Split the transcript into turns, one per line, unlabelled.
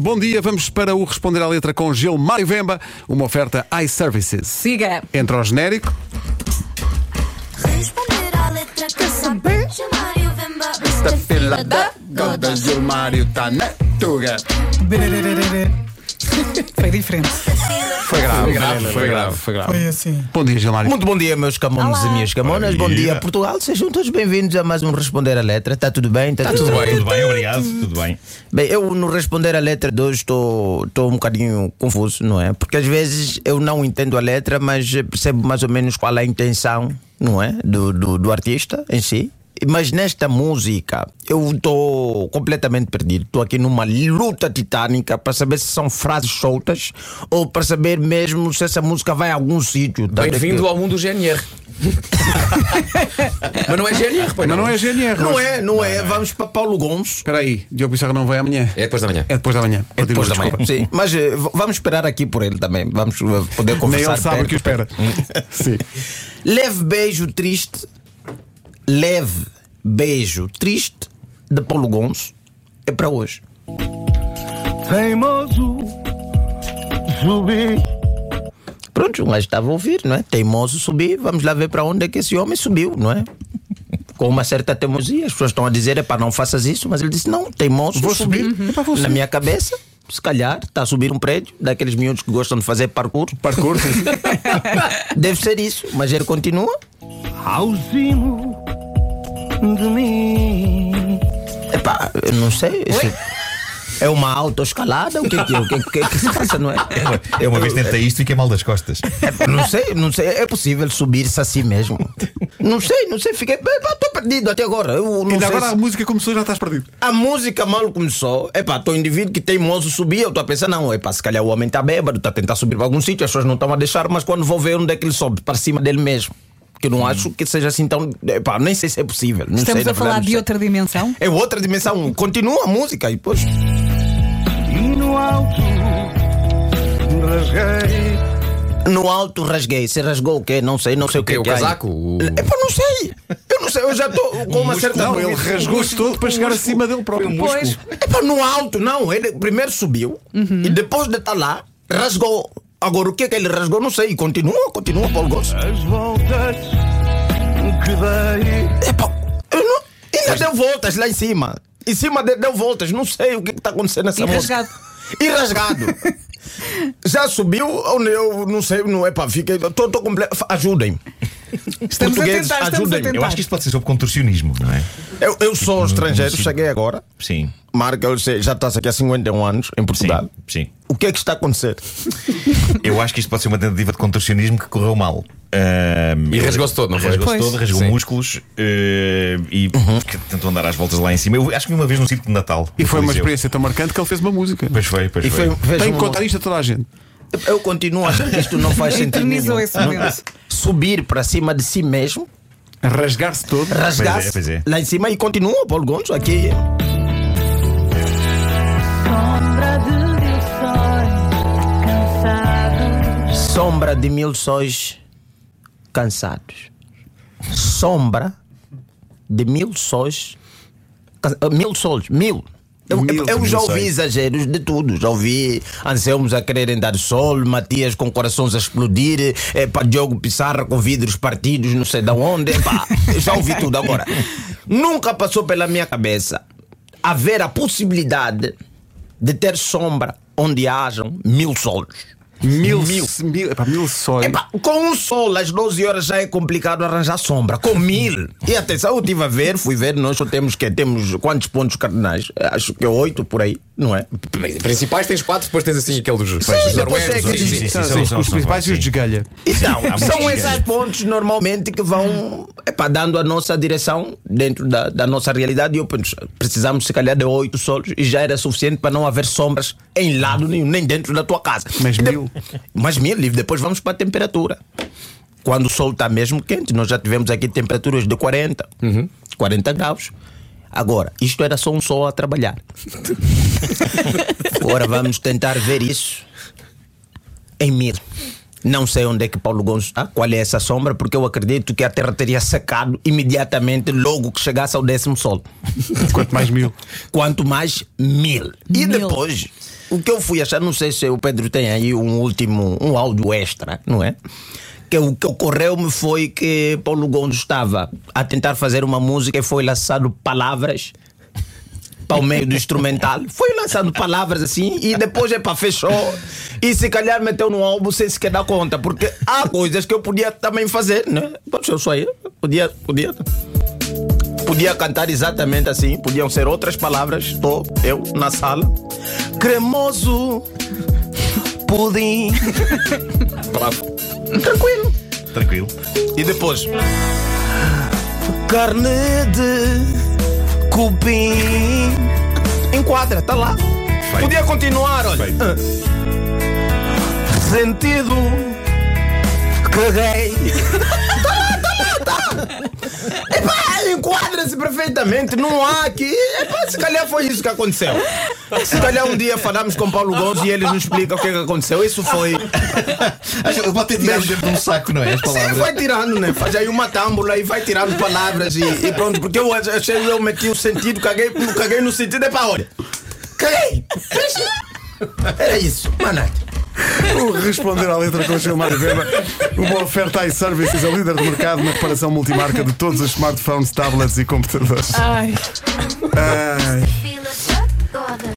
Bom dia, vamos para o Responder à Letra com Gilmário Vemba, uma oferta iServices.
Siga.
Entra o genérico.
Responder à letra que saber Chamário Vemba Esta fila da goda
Gilmário está na tuga.
Foi diferente.
Foi grave, foi grave, foi grave. Foi grave.
Foi assim.
Bom dia, Gilmário.
Muito bom dia, meus camonos
Olá.
e minhas camonas. Bom dia, Portugal. Sejam todos bem-vindos a mais um Responder à Letra. Está tudo bem? Está
Tá Tudo bem, tudo bem, obrigado, tudo bem.
Bem, eu no Responder à Letra de hoje estou estou um bocadinho confuso, não é? Porque às vezes eu não entendo a letra, mas eh, percebo mais ou menos qual é a intenção, não é? Do, do, do artista em si. Mas nesta música eu estou completamente perdido. Estou aqui numa luta titânica para saber se são frases soltas ou para saber mesmo se essa música vai a algum sítio. Tanto é que-
Bem-vindo ao mundo do GNR. Mas não é GNR, pois
Mas não é GNR.
Não
hoje.
é, não é. Vamos para Paulo Gomes.
Espera aí, Diogo Pissarra não vai amanhã.
É depois da manhã.
É depois da manhã.
É depois da
Continua,
manhã.
desculpa.
Sim, mas eh, v- vamos esperar aqui por ele também. Vamos eh, poder
Nem
conversar.
ele sabe o que o
perto.
espera. Sim.
Leve beijo triste. Leve beijo triste de Paulo Gomes. É para hoje.
Teimoso, zumbi.
Pronto, um gajo estava a ouvir, não é? Teimoso subir. Vamos lá ver para onde é que esse homem subiu, não é? Com uma certa teimosia. As pessoas estão a dizer, é para não faças isso. Mas ele disse, não, teimoso.
Vou
subi.
subir. Epá, vou
Na
subir.
minha cabeça, se calhar, está a subir um prédio daqueles miúdos que gostam de fazer parkour.
Parkour. sim.
Deve ser isso, mas ele continua.
Ausimo de mim.
Epá, eu não sei. isso é uma autoescalada? O que é que, o que, o que, é que se passa, não é?
Eu uma vez tentei isto e fiquei mal das costas.
É, não sei, não sei. É possível subir-se a si mesmo. Não sei, não sei. Fiquei. Estou perdido até agora. Eu não
Ainda
sei
agora
se-
a música começou e já estás perdido.
A música mal começou. Epá, estou indivíduo que teimoso subia. Eu estou a pensar, não, epá, se calhar o homem está bêbado, está a tentar subir para algum sítio, as pessoas não estão a deixar, mas quando vou ver onde é que ele sobe, para cima dele mesmo. Que eu não acho que seja assim tão. Epá, nem sei se é possível. Não sei,
Estamos
na
a falar
verdade,
de
não sei.
outra dimensão.
É outra dimensão. Continua a música e depois.
E no alto rasguei.
No alto rasguei. Se rasgou o quê? Não sei, não sei o
O quê?
que
O
que há aí.
casaco? O-
É pá, não sei. Eu não sei, eu já estou com uma certa.
Não, ele rasgou-se todo para chegar acima dele próprio.
Pois.
É pá, no alto, não. Ele primeiro subiu e depois de estar lá, rasgou. Agora o que é que ele rasgou? Não sei. Continua, continua, Paulo Gomes.
As voltas que dei.
É pá, eu não. Ainda deu voltas lá em cima. Em cima dele deu voltas. Não sei o que está acontecendo nessa
E
música.
rasgado.
E rasgado. Já subiu, eu- eu não sei, não é pá, fiquei. Estou completo. Ajudem-me.
Estamos a
Portugueses,
tentar, estamos a
ajudem-me.
tentar.
Eu acho que isto pode ser sobre contorcionismo, não é?
Eu, eu sou estrangeiro, cheguei agora.
Sim.
Marca, eu sei, já estás aqui há 51 anos em
Sim.
Portugal.
Sim.
O que é que está a acontecer?
Eu acho que isto pode ser uma tentativa de contorcionismo que correu mal. Ahm,
E rasgou-se todo, não foi?
Rasgou-se
Pois.
todo, rasgou
Sim.
músculos eh, e que tentou andar às voltas lá em cima. Eu acho que vi uma vez num circo de Natal.
E
no
foi uma
Coliseu.
experiência tão marcante que ele fez uma música.
um Pois foi, pois
E
foi.
foi- vejo
Tem que
um-
contar isto a toda a gente.
Eu continuo achando que isto não faz sentido.
Eternizou
nenhum.
esse
Não-
momento.
Subir para cima de si mesmo,
Rasgar-se todo.
rasgar-se
pois é.
lá em cima e continua, Paulo Gomes, aqui. Sombra de mil sóis cansados. Sombra de mil sóis. cansa- ah, Mil sóis, mil. Eu,
Mil,
eu já
mil
ouvi
sóis.
exageros de tudo. Já ouvi Anselmos a quererem dar sol, Matias com corações a explodir, é, pá, Diogo Pissarra com vidros partidos, não sei de onde. epá, já ouvi tudo agora. Nunca passou pela minha cabeça haver a possibilidade de ter sombra onde hajam mil solos.
Mil, mil, mil, epá, mil sóis.
Epá, com um sol às 12 horas já é complicado arranjar sombra. Com mil. E atenção, eu estive a ver, fui ver, nós só temos que temos quantos pontos cardinais? Acho que é oito por aí, não é?
Principais tens quatro, depois tens assim aquele dos
depois
dos
é
noruegos.
que-
Sim, sim,
sim,
sim.
São-
são-
são
são-
os
são-
principais e os
sim.
desgalha.
Então,
Há
são
muitos
esses
gajos.
pontos normalmente que vão epá, dando a nossa direção dentro da, da nossa realidade. E eu penso, precisamos se calhar de oito solos e já era suficiente para não haver sombras em lado nenhum, nem dentro da tua casa.
Mas
E de-
mil.
Mas mil, e depois vamos para a temperatura. Quando o sol está mesmo quente, nós já tivemos aqui temperaturas de 40, 40 graus. Agora, isto era só um sol a trabalhar. Agora vamos tentar ver isso em mil. Não sei onde é que Paulo Gonçalves está, qual é essa sombra, porque eu acredito que a terra teria secado imediatamente logo que chegasse ao décimo sol.
Quanto mais mil.
Quanto mais mil. E
Mil.
depois, o que eu fui achar, não sei se o Pedro tem aí um último, um áudio extra, não é? Que o que ocorreu-me foi que Paulo Gondo estava a tentar fazer uma música e foi lançado palavras para o meio do instrumental. Foi lançando palavras assim e depois é para fechou. E se calhar meteu no álbum sem sequer dar conta, porque há coisas que eu podia também fazer, né? Poxa, Eu só ia, podia, podia. Podia cantar exatamente assim, podiam ser outras palavras. Estou eu na sala. Cremoso pudim.
Bravo.
Tranquilo.
Tranquilo.
E depois. Carne de cupim. Enquadra, tá lá. Podia continuar, olha. Ah.
Feito.
Sentido. Caguei. tá lá, tá lá, tá. Epá, enquadra-se perfeitamente. Não há aqui. Epá, se calhar foi isso que aconteceu. Se calhar um dia falamos com Paulo Gomes e ele nos explica o que, é que aconteceu. Isso foi.
Acho que eu vou ter tirado dentro de um saco, não é? As
Sim,
palavras.
vai tirando, né? Faz aí uma tâmbula e vai tirando palavras e, e pronto. Porque eu ach- achei que eu meti o sentido, caguei, caguei no sentido, é pra olha. Caguei! Fecha. Era isso, manate.
O responder à letra com o Gilmar Weber, uma oferta iServices, a líder do mercado na reparação multimarca de todos os smartphones, tablets e computadores.
Ai.
Ai.
Feel a trap, go on the